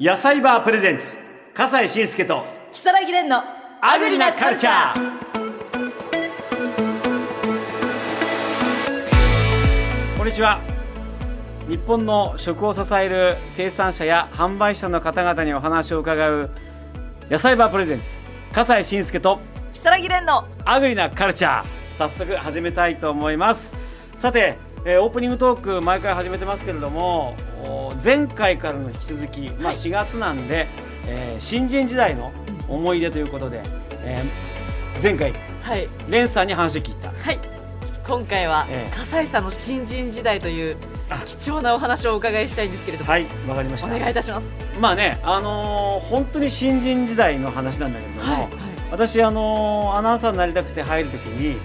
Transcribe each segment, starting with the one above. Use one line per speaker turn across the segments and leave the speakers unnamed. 野菜バープレゼンツ笠西慎介と
木更木蓮の
アグリなカルチャーこんにちは日本の食を支える生産者や販売者の方々にお話を伺う野菜バープレゼンツ笠西慎介と
木更木蓮の
アグリなカルチャー早速始めたいと思いますさて、えーオープニングトーク毎回始めてますけれどもお前回からの引き続き、まあ、
はい
4月なんで、えー新人時代の思い出ということで、えー前回
はい
レンさんに話聞いた
はいちょっと今回は、
ええ
笠井さんの新人時代という
あ
貴重なお話をお伺いしたいんですけれども、
はいわかりまし
お
た
願いいたします
まあねあのー本当に新人時代の話なんだけれども、
はい、はい、
私あのーアナウンサーになりたくて入るときにも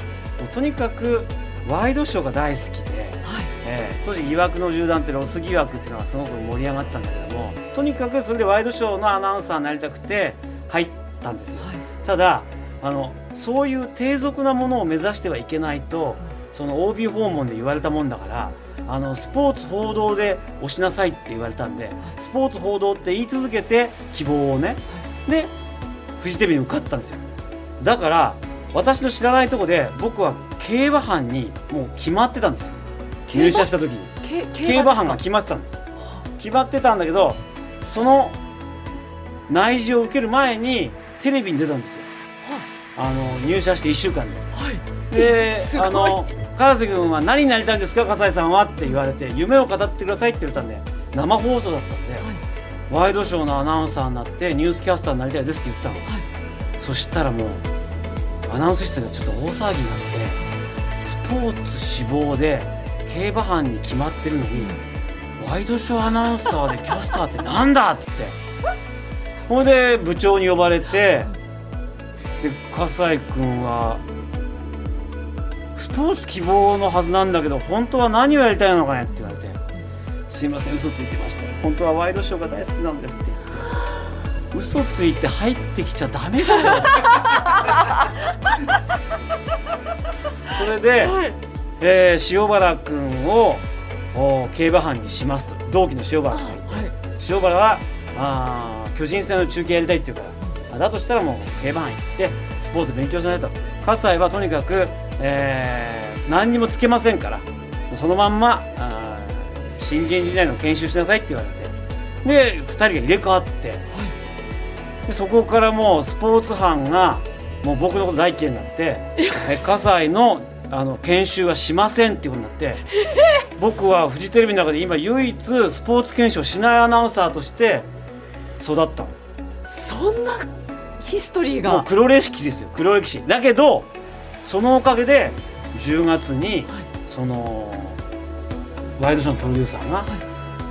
うとにかくワイドショーが大好きで、
はい
えー当時疑惑の銃団ってロス疑惑っていうのがすごく盛り上がったんだけどもとにかくそれでワイドショーのアナウンサーになりたくて入ったんですよ
はい
ただあのそういう低俗なものを目指してはいけないとその OB 訪問で言われたもんだからあのスポーツ報道で押しなさいって言われたんでスポーツ報道って言い続けて希望をねでフジテレビに受かったんですよだから私の知らないとこで僕は競馬班にもう決まってたんですよ
競馬
入社した時に
け競
競馬
馬です
班が
か
決まってたの決まってたんだけどその内示を受ける前にテレビに出たんですよあの入社して1週間
はい
でで
すごい
あの川瀬君は何になりたいんですか笠井さんはって言われて夢を語ってくださいって言われたんで生放送だったんで、
はい
ワイドショーのアナウンサーになってニュースキャスターになりたいですって言ったの、そしたらもうアナウンス室がちょっと大騒ぎになってスポーツ志望で競馬班に決まってるのに、ワイドショーアナウンサーでキャスターってなんだっつってほいで部長に呼ばれてで笠井君はスポーツ希望のはずなんだけど本当は何をやりたいのかねって言われて「すいません嘘ついてました本当はワイドショーが大好きなんです」って言って。嘘ついて入ってきちゃダメだよそれで、
はい
えー塩原君をおー競馬班にしますと同期の塩原
あ
君がいて
はい
塩原はあー巨人戦の中継やりたいっていうからあだとしたらもう競馬班行ってスポーツ勉強しないと葛西はとにかく、えー何にもつけませんからそのまんまあー新人時代の研修しなさいって言われてで2人が入れ替わって、でそこからもうスポーツ班がもう僕のこと大嫌いになってえ葛西のあの研修はしませんっていうことになって。僕はフジテレビの中で今唯一スポーツ検証しないアナウンサーとして育ったの
そんなヒストリー
もう
が
黒歴史ですよ黒歴史だけどそのおかげで10月に
はい
そのワイドショーのプロデューサーが、
い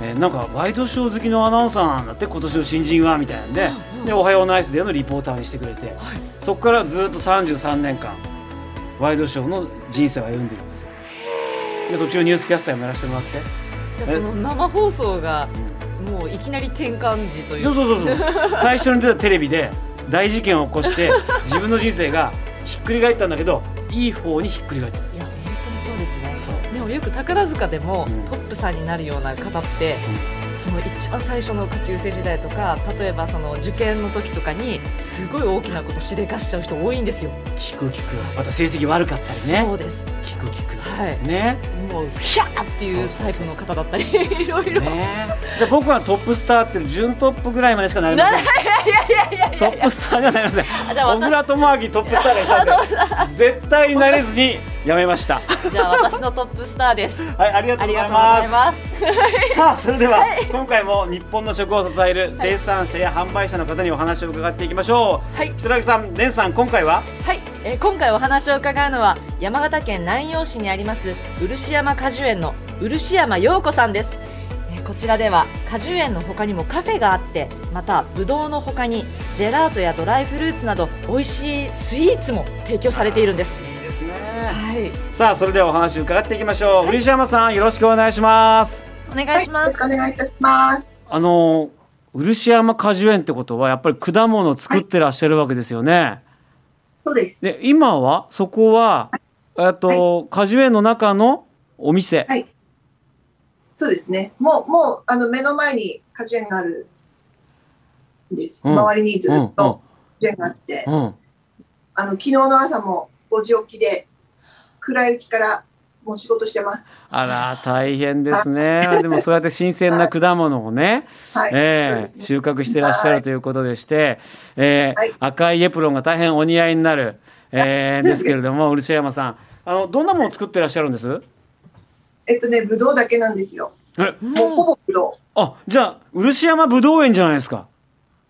えーなんかワイドショー好きのアナウンサーなんだって今年の新人はみたいなんで
うん
「
うん
でおはようナイスデー」のリポーターにしてくれて
はい
そこからずっと33年間ワイドショーの人生を歩んでるんですよで途中ニュースキャスターもやらせてもらって
じゃあ
え
その生放送がもういきなり転換時とい
そう
う
そうそう そう最初に出たテレビで大事件を起こして自分の人生がひっくり返ったんだけどいい方にひっくり返ったんです
い
よ
や本当にそうですね
そう
でもよく宝塚でも
うん
トップさんになるような方って、その一番最初の下級生時代とか例えばその受験の時とかにすごい大きなことしでかしちゃう人多いんですよ、
聞く聞くまた成績悪かったり
そ
ね
うです
聞く聞く、
はい
ね
もうヒャーっていうタイプの方だったりいろいろ、
ねで僕はトップスターっていう準トップぐらいまでしかなれませんトップスターじゃなりません
あじゃあ
小
私
倉智昭トップスターがいたんで絶対になれずにやめました
じゃあ私のトップスターです
はいありがと
あ
うご
り
ざ
が
いま
とうござい
す
ます
さあそれでは、今回も日本の食を支える生産者や販売者の方にお話を伺っていきましょう、
はい
木らさん、レンさん今回は
はい、えー今回お話を伺うのは山形県南陽市にあります漆山果樹園の漆山陽子さんです、えーこちらでは果樹園の他にもカフェがあってまたぶどうの他にジェラートやドライフルーツなど美味しいスイーツも提供されているんです
いいですね
はい、
さあそれではお話を伺っていきましょう、漆山さんよろしくお願いします
お願いします、
はい、お願いいたします。
あの漆山果樹園ってことはやっぱり果物を作ってらっしゃるわけですよね、
そうです。
で今はそこはえっと、果樹園の中のお店、
はいそうですね。もう、もう、あの、目の前に果樹園があるです。
うん
周りにず
うん
っとジェンがあって、
うんうん
あの、昨日の朝も5時起きで、暗いうちからもう仕事してます。
あら大変ですねでもそうやって新鮮な果物をね
はい。そう
え
です
え
ね
収穫してらっしゃるということでして、ええ
はい
赤いエプロンが大変お似合いになる、ええですけれど も漆山さんあのどんなものを作ってらっしゃるんです
えっとね、ぶどうだけなんですよ。
え
もうほぼぶど
あじゃあ漆山ぶどう園じゃないですか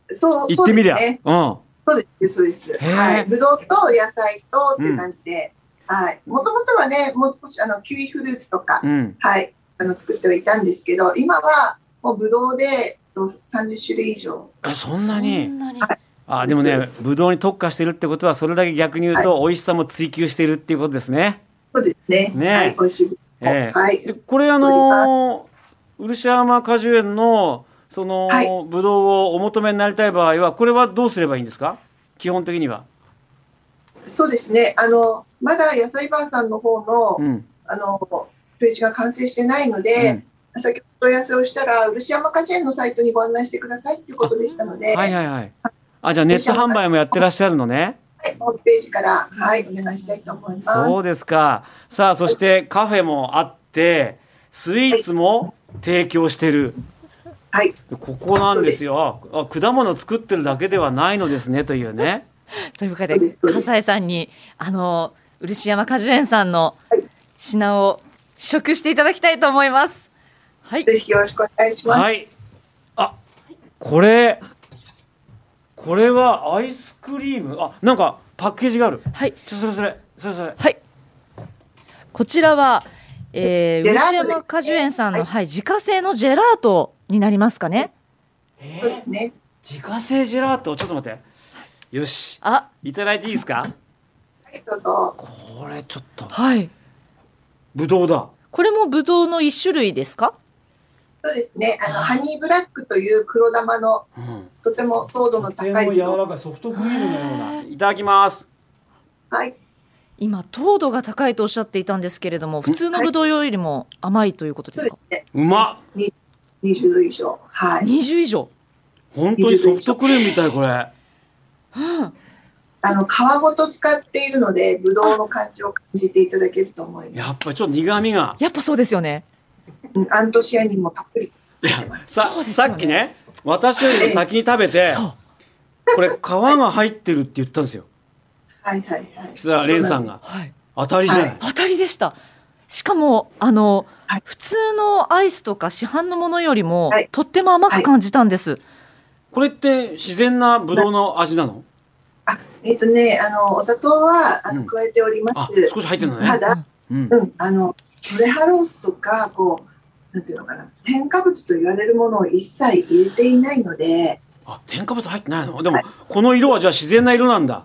う。そう、
行ってみりゃ
そうですね。
うん
そうです、そうです。
へえ
はい。ぶどうと野菜とっていう感じで、はい。もともとはね、もう少し、あの、キウイフルーツとか、
うん
はい。あの、作ってはいたんですけど、今は、もうぶどうで、えっと30種類以上。
えそんな
そん
に
なに
あでもね
そうです
ぶどうに特化してるってことはそれだけ逆に言うと、美味しさも追求してるっていうことですね。
そうですね。
ねえ
はい、美味しいぶどう。
ええ
はい。
でこれあのー、漆山果樹園のその、
はい
ぶどうをお求めになりたい場合はこれはどうすればいいんですか基本的には。
そうですね。あの、まだ野菜バーさんの方の、
うん
あの、ページが完成してないので、先ほどお問い合わせをしたら、漆山果樹園のサイトにご案内してくださいということでしたの
う
で、
ん、はいはいはい。あじゃあネット販売もやってらっしゃるのね。
はいホームページから、はい、お願いしたいと思います。
そうですか。さあそしてカフェもあってスイーツも提供してる。
はい、
ここなんですよ。あ果物作ってるだけではないのですねというね。
というわけ
そ
で
うですそうです
笠井さんにあの漆山果樹園さんの
はい
品を試食していただきたいと思います。はい、
ぜひよろしくお願いします。
はい。あこれこれはアイスクリームあなんかパッケージがある。
はい、
ちょそれそれそれそれ。
はい。こちらは、えー、
ジェラート
漆
ですね
山果樹園さんの、
はい
はい、自家製のジェラートになりますかね。
え
そうですね。
ー、自家製ジェラートちょっと待って。よし
あ、
いただいていいですか。
はい、どうぞ。
これちょっと
はい。
ぶどうだ。
これもブドウの一種類ですか。
そうですね。あの、ハニーブラックという黒玉の、
うん。
とても糖度の高いぶどう
かいソフトク
リームのようなへ
いただきます。
はい、
今糖度が高いとおっしゃっていたんですけれども、普通のブドウよりも甘いということで
そ
す
うで
か
す。ね。
うまっ。
20度以上。はい。
二十以上。
本当にソフトクリームみたいこれ。
うん。
あの、皮ごと使っているので、ぶどうの感じを感じていただけると思います。
やっぱりちょっと苦味が。
やっぱそうですよね。
うんアントシアニンもたっぷりついてます。
さ
そうですよ
さ
ね
っきね私よりも先に食べて
そう。
これ皮が入ってるって言ったんですよ。
はいはいはい。
岸田蓮さんが
はい。
当たりじゃない。
当たりでした。しかも、あの、
はい
普通のアイスとか市販のものよりも、
はい
とっても甘く感じたんです。
これって自然なブドウの味なの？
あ、えっ、とね、あの、お砂糖は、あ
うん
の、加えておりま
あ
す。
少し入ってるの
は
ね
い。だ
うん
うん、あの、トレハロースとか、こう、なんていうのかな、添加物と言われるものを一切入れていないので、
あ添加物入ってないの？でも
はい
この色はじゃあ自然な色なんだ。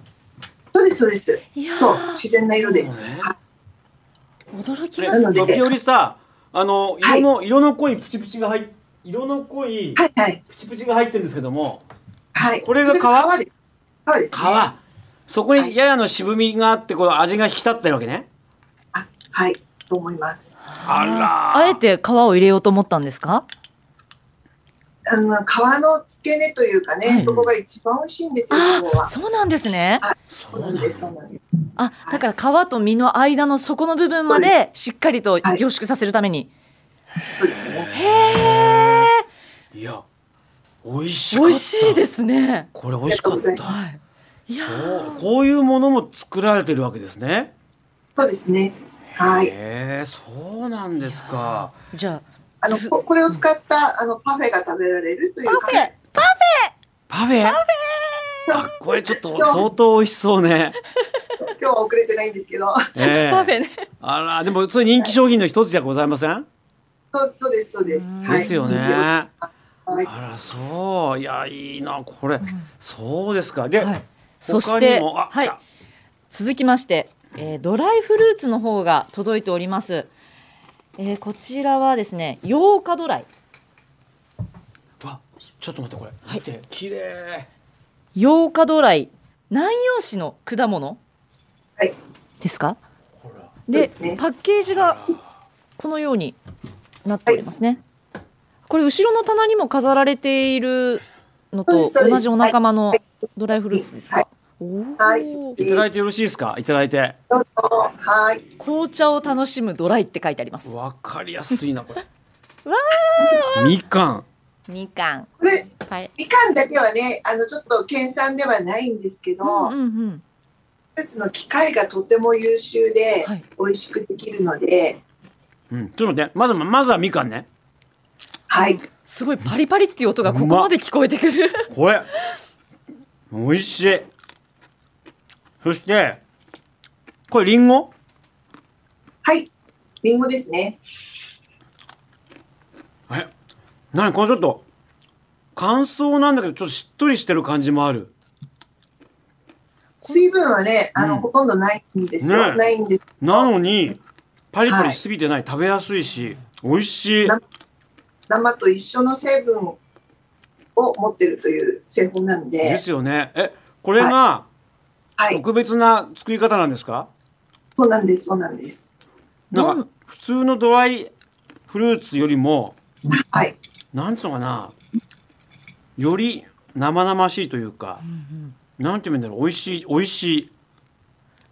そうです、そうです。
いやー
そう、自然な色です。
そうね
は
驚き
ね
ます
なので
時折さあの
は
色
い
の、色の濃いプチプチが入っ色の濃い
はい、はい、
プチプチが入ってるんですけども
はい。
これが皮
それが皮です。皮です、
皮
ね。
そこ
は
に
い
ややの渋みがあってこの味が引き立ってるわけね
あ、はい、と思います。
あら
あえて皮を入れようと思ったんですか
あの、皮の付け根というかね、
はい
そこが一番美味しいんですよ、
あ
そこは。
そうなんですね。
そ
そううな
なんん
で、
です
そうなんです。
あ、だから皮と身の間の底の部分までしっかりと凝縮させるために。
そうですね。
へえ。
いや美味しか
美
った
味しいですね。
これ美味しかっ
ありがとうご
た
はい。いやー
そうこういうものも作られてるわけですね
そうですね。はい。
へえそうなんですか
じゃ
あの、
す
ここれを使った、あの、パフェが食べられるという
あ。
か、ね、
パフェあこれちょっと相当美味し そうね、
今日は遅れてないんですけど、
ええ
パフェね。
あらでもそれ人気商品の一つじゃございません
そうそうです、そうです。
うん
はい
ですよね。
はい
あらそういやいいなこれ、そうですかで、
はい。そし
他
て、
にもあ
は
来
い
た。
続きまして、えードライフルーツの方が届いております、えーこちらはですね8日ドライ
わちょっと待ってこれ見て綺麗
8日ドライ南洋市の果物、
はい
ですか
ほら
で
そうですね
パッケージがこのようになっておりますね、これ後ろの棚にも飾られているの
そうで
と
すそうです
同じお仲間の
はい
ドライフルーツですか、
はい
お
はい
お
いただいてよろしいですかいただいて
どうぞ。はい。
紅茶を楽しむドライって書いてあります
わかりやすいな これ
わ
みかん
みかん
これ、
パイ
みかんだけはね、あの、ちょっと県産ではないんですけど、
うんうんうん
季節の機械がとても優秀で、
はい
美味しくできるので、
うんちょっと待ってまずまずはみかんね
はい。
すごいパリパリっていう音がここまで聞こえてく る
これ美味しいそしてこれりんご
はい。りんごですね。
えなにこのちょっと乾燥なんだけどちょっとしっとりしてる感じもある
水分はね、あの、
うん
ほとんどないんですよ。
ね
ないんです。
なのにパリパリしすぎてない、食べやすいし美味しい
な生と一緒の成分を持ってるという製法なん
で
で、
すよねえこれが、
はい。
特別な作り方なんですか
そうなんです、そうなんです。
な
なんん
か普通のドライフルーツよりも
はい。
なんつうのかなより生々しいというか、なんて言うんだろう美味しい美味しい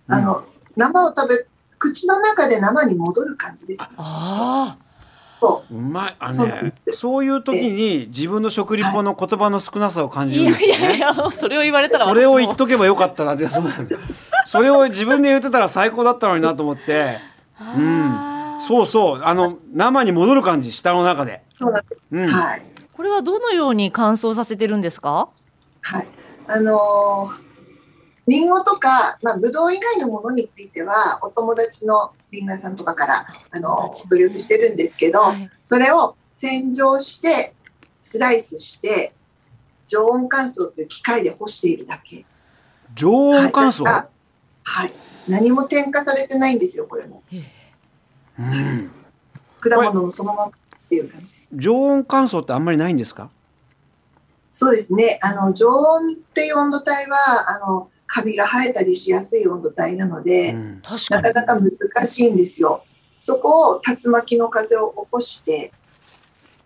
あの、生を食べ、口の中で生に戻る感じです。
あ
そう
まいあ
そうなん
ねそういう時に自分の食リポの言葉の少なさを感
あ
じる
い
んで
や
す
い
よ
やい
ね
やもうそれを言われたら
それを
私
言
も
っとけばよかったなって そうなんだそれを自分で言ってたら最高だったのになと思って
あー
そうそうあの生に戻る感じ舌の中で
う、そうなんです。
うん、
はい。
これはどのように乾燥させてるんですか
はい。あのーリンゴとか、まあ、ぶどう以外のものについては、お友達のリンゴ屋さんとかから、あのー、取り寄せしてるんですけど、
はい
それを洗浄して、スライスして、常温乾燥という機械で干しているだけ。
常温乾燥、
はいだから。はい。何も添加されてないんですよ、これも。
うん、
果物のそのままっていう感じ。
常温乾燥ってあんまりないんですか
そうですね。あの、常温っていう温度帯は、あの、カビが生えたりしやすい温度帯なので、
うん
確か
な
に
かなか難しいんですよ。そこを竜巻の風を起こして、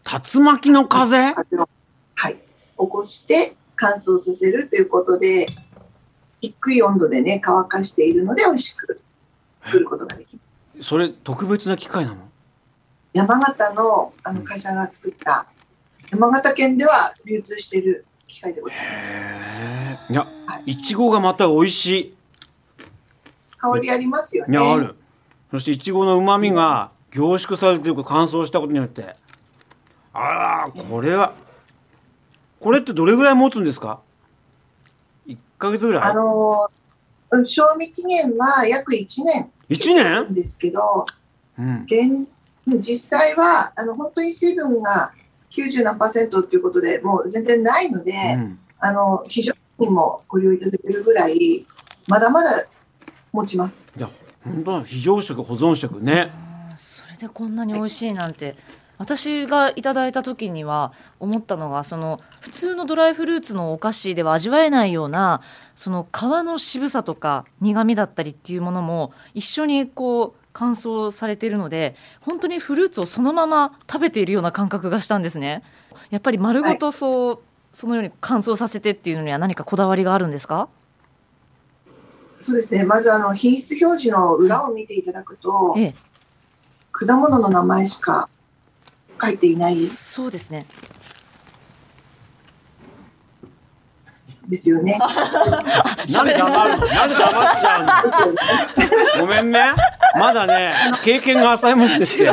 竜巻の風
風を、はい、起こして乾燥させるということで、低い温度でね、乾かしているので、美味しく作ることができる。
それ特別な機械なの
山形のあの会社が作った、山形県では流通している機械でございます。
へえいや
はい
いちごがまた美味しい
香りありますよ
い
ね。
やあるそしていちごの旨味が凝縮されてる乾燥したことによってあらこれはこれってどれぐらい持つんですか1ヶ月ぐら
あ
い
のうん賞味期限は約1年
1
なん
年、
ですけど、
うん、
現実際はあの本当に水分が90何パーセントっていうことでもう全然ないので、
うん
あの非常にもご利用いただけるぐらいまだまだ持ちます。
いや本当だ非常食保存食ね
それでこんなに美味しいなんて私がいただいた時には思ったのがその普通のドライフルーツのお菓子では味わえないようなその皮の渋さとか苦味だったりっていうものも一緒にこう乾燥されているので本当にフルーツをそのまま食べているような感覚がしたんですねやっぱり丸ごとそう、そのように乾燥させてっていうのには何かこだわりがあるんですか
そうですねまずあの品質表示の裏を見ていただくと
ええ
果物の名前しか書いていない
そうですね
ですよね。
なんで黙るのなんで黙っちゃうのごめんね。まだね、経験が浅いもんですよ。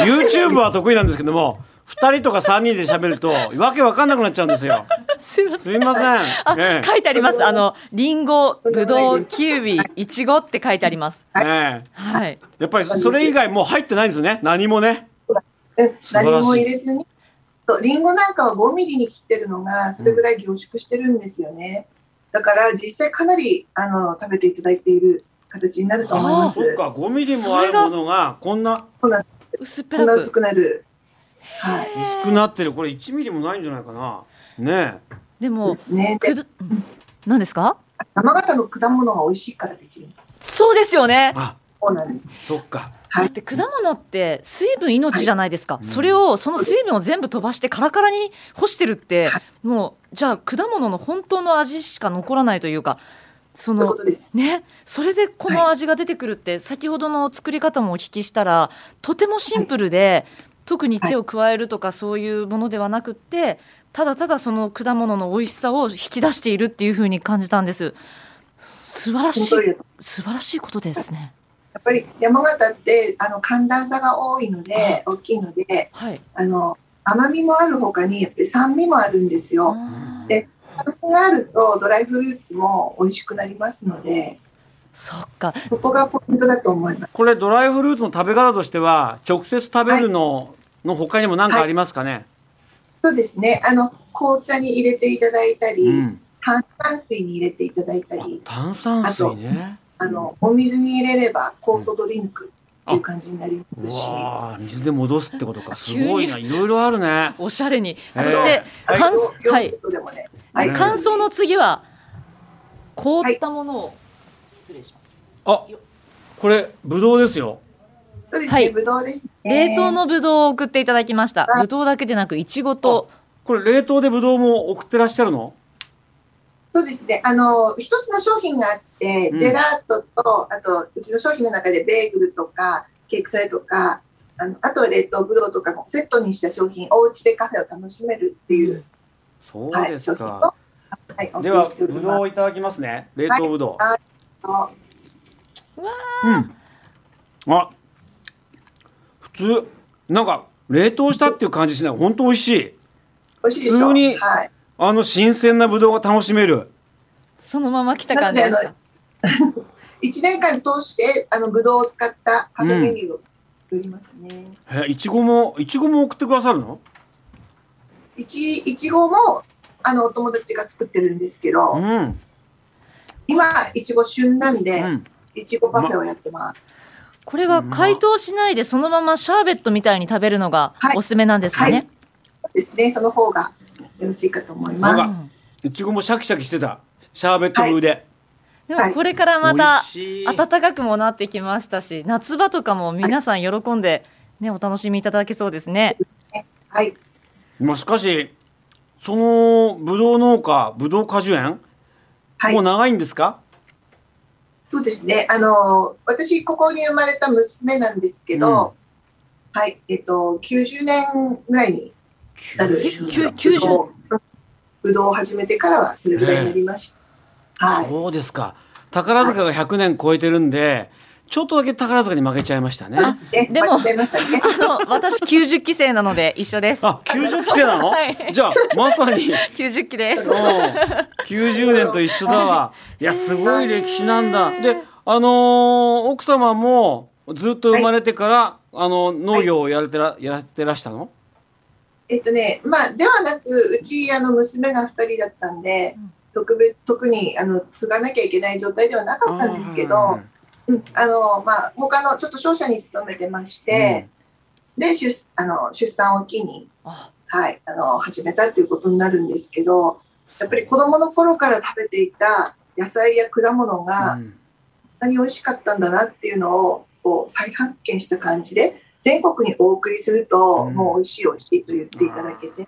YouTube は得意なんですけども、二人とか三人で喋ると、わけわかんなくなっちゃうんですよ。
すいません
すみま せん。え
書いてあります。あの、リンゴ、ブドウ、キウイ、イチゴって書いてあります。
えええ
はい。
やっぱりそれ以外もう入ってないんですね。何もね。
うん
素晴らしい
何も入れずに。そうリンゴなんかは5ミリに切ってるのが、それぐらい凝縮してるんですよね。だから実際かなり、あの、食べていただいている形になると思いま
そっ
す。
か、5ミリもあるものがこんな
薄っぺ
こ
ら
んな薄
く。
くなる。はい。
薄くなってる。これ1ミリもないんじゃないかな。ねえ。
で
そう
も
で、すね。
く
で、
ど、何ですか
山形の果物が美味しいからできるんです。
そうですよね。
あ、
そうなんです。
そっか。
だって果物って水分命じゃないですか。
い
それを、その水分を全部飛ばしてカラカラに干してるって、もう、じゃあ果物の本当の味しか残らないというかそ
という
の
ことです。
ねそれでこの味が出てくるって、先ほどの作り方もお聞きしたらとてもシンプルで、特に手を加えるとかそういうものではなくって、ただただその果物の美味しさを引き出しているっていうふうに感じたんです素晴ら
そ
し
の
い
通りだと
素晴らしいことですね
やっぱり山形ってあの寒暖差が多いので大きいので
はい
あの甘みもあるほかにやっぱり酸味もあるんですよ。
あー
で酸味があるとドライフルーツも美味しくなりますので
そっか
そこがポイントだと思います。
これドライフルーツの食べ方としては直接食べるの、の他にも何かありますかね、
そうですねあの紅茶に入れていただいたり、
うん、
炭酸水に入れていただいた
あ
り
炭酸水ね
あのお水に入れれば酵素ドリンクっていう感じになりま
う
すし。
わあ水で戻すってことかすごいないろいろあるね
おしゃれに
えー
そして
あの
乾
ヨーグ
はい
ルトでもね
はい
はい
乾燥の次は凍ったものを、失礼します
あこれブドウですよ
そうです
は
ね、
い
ぶどうですね。
冷凍のぶどうを送っていただきました
あ
ぶどうだけでなくいちごと
これ冷凍でブドウも送ってらっしゃるの
そうですね。あの、一つの商品があって、
うん
ジェラートと、あと、うちの商品の中でベーグルとか、ケークサレとか、あのあとは冷凍ブドウとかもセットにした商品、お家でカフェを楽しめるっていう、
そう
はい、
です
商品を、
か、
はい、お
で
送り
は
してお
ブ
り
ドウ
ま
をいただきますね冷凍ブドウ、
す。
うんあ普通なんか冷凍したっていう感じしない本当美味しい
美味しいでしょ
普通に
はい。
あの新鮮なブドウが楽しめる
そのまま来た感じで
な
す
ので
か
一年間通して、あの、ぶどうを使ったカフェメニューを作りますね。
えいちごもいちごも送ってくださるの
いち、いちごも、あの、お友達が作ってるんですけど、
うん
今、いちご旬なんで、
うん
いちごパフェをやってます。
これは解凍しないでそのままシャーベットみたいに食べるのが
はい
おすすめなんですかね、
そうですね、その方がよろしいかと思い
は
ま
い
う
す。
ん
いちごもシャキシャキしてたシャーベット風で、
でもこれからま
美
た
味しい
暖かくもなってきましたし夏場とかも皆さん喜んで、ね、お楽しみいただけそうですね
はい、
まあしかしそのブドウ農家ブドウ果樹園、
は
もう
い、
長いんですか
そうですね。あの私ここに生まれた娘なんですけど、はい、えっと90年ぐらいになる
きゅ
90
90
ぶどうぶどうを始めてからはそれぐらいになりました。はい、
そうですか宝塚が100年超えてるんでちょっとだけ宝塚に負けちゃいましたねあ
え
でも
間違えましたね。
あの私90期生なので一緒です
90期生なの、
はい
じゃあまさに
90期です
うん90年と一緒だわいやすごい歴史なん
へ
だ
ー
であのー奥様もずっと生まれてから、あの農業をやられてら,、やられてらしたの
えっとね、まあではなくうちあの娘が2人だったんで
うん。
特別特にあの継がなきゃいけない状態ではなかったんですけど、うん、あのまあ他のちょっと商社に勤めてまして、で出あの出産を機に、
あ
はい、あの始めたということになるんですけどやっぱり子
の
どもの頃から食べていた野菜や果物がこんなに美味しかったんだなっていうのをこう再発見した感じで全国にお送りすると、
うん
もう美味しい美味しいと言っていただけて、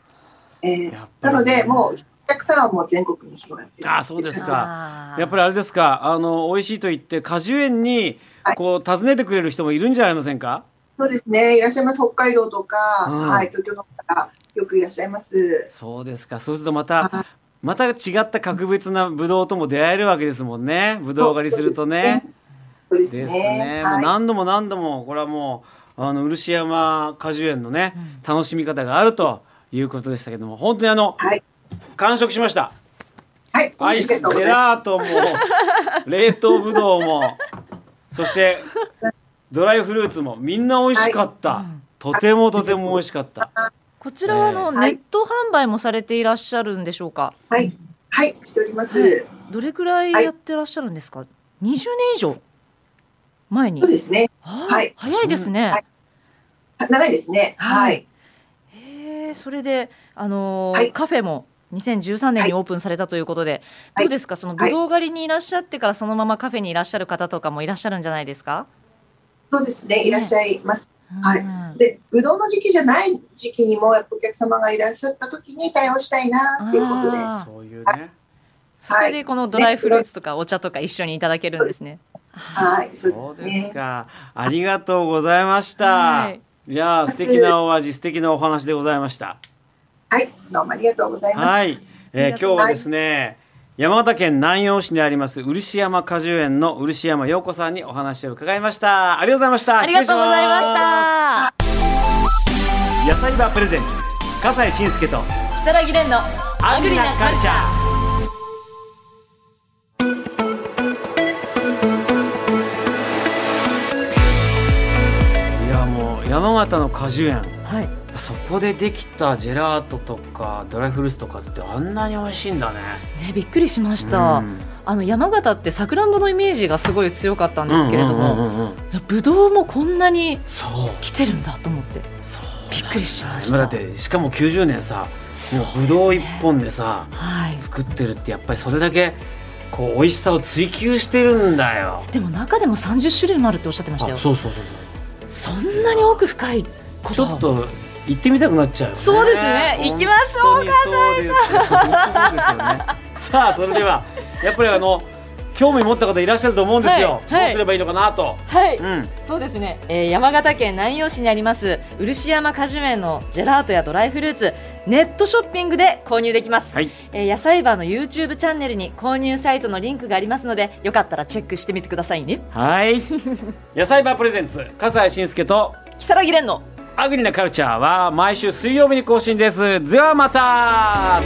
えーなのでもう
う
お客さんはもう全国に広がってる
あそうですか
あー
やっぱりあれですかあの美味しいと言って果樹園に
はい
こう訪ねてくれる人もいるんじゃありませんか
そうですねいらっしゃいます北海道とか、
うん
はい、東京の方からよくいらっしゃいます。
そうですかそうするとま
は
た
い
また違った格別なブドウとも出会えるわけですもんねブドウ狩りするとね。
そうですね。
ですね、もう
はい、
何度も何度もこれはもうあの漆山果樹園のね
うん
楽しみ方があるということでしたけども本当にあの
はい、
完食しました
はい、
アイスジ
ありがとうご
ェ
ざいま
ラートも冷凍ぶどうもそしてドライフルーツもみんな美味しかった、
はいうん
とてもとても美味しかった
こちらはあの、
ええはい
ネット販売もされていらっしゃるんでしょうか
すはい、はい、しております。
はいどれくらいやってらっしゃるんですか、20年以上前に
そうですね。
あー
はい
早いですね、
はい長いですね。
は
はいい。
へえそれで、あのー
はい
カフェも2013年にオープンされたということで、
はい
どうですかそのぶどう狩りにいらっしゃってからそのままカフェにいらっしゃる方とかもいらっしゃるんじゃないですか、
そうですね。いらっしゃいます。はい
い
で、うどんの時期じゃない時期にも、やっぱお客様がいらっしゃった時に対応したいなっていうことで、
あ
そういうね。
それでこのドライフルーツとかお茶とか一緒にいただけるんですね。
はい、そ
そうう
です
です
ね。
か。ありがとうございました。
はい
い、やー、素敵なお味、素敵なお話でございました。
はい、どうもありがとうございます。
はい、えー
あ
今
りが
日
とう
はですね、山形県南陽市にあります漆山果樹園の漆山陽子さんにお話を伺いました。ありがとうございました。
ありがとうございまし
失
た。
礼します。野菜場プレゼンツ、笠西慎介と
如月蓮のア
ア
グ
グ
リ
リ
な
な
カ
カ
ル
ル
チ
チ
ャ
ャ
ー
ー。いやもう山形の果樹園。
はい。
そこでできたジェラートとかドライフルーツとかってあんなに美味しいんだね。
ねびっくりしました。
うん
あの山形ってさくらんぼのイメージがすごい強かったんですけれど
うんう
も、
んうんうん
いやぶどうもこんなに
そう。
来てるんだと思って。
そうなんだよ
びっくりしました
だってしかも90年さ
そ
も
です
う
ね
ぶどう一。本でさ
はい。
作ってるってやっぱりそれだけこう美味しさを追求してるんだよ。
でも中でも三十種類もあるっておっしゃってましたよ。
そうそうそう
そんなに奥深いこ
ち
と。
ょっと行ってみたくなっちゃうよ、ね。
そうですね行きましょう
かそうですよね。さあそれで はやっぱりあの興味持った方いらっしゃると思うんですよ。
はいはい
どうすればいいのかなと。
はい。
うん。
そうですね、えー山形県南陽市にあります漆山果樹園のジェラートやドライフルーツネットショッピングで購入できます、
はい。
えー野菜バーの YouTube チャンネルに購入サイトのリンクがありますのでよかったらチェックしてみてくださいね
はい。野菜バープレゼンツ笠西慎介と
如月蓮の
アグリなカルチャーは毎週水曜日に更新です。ではまた。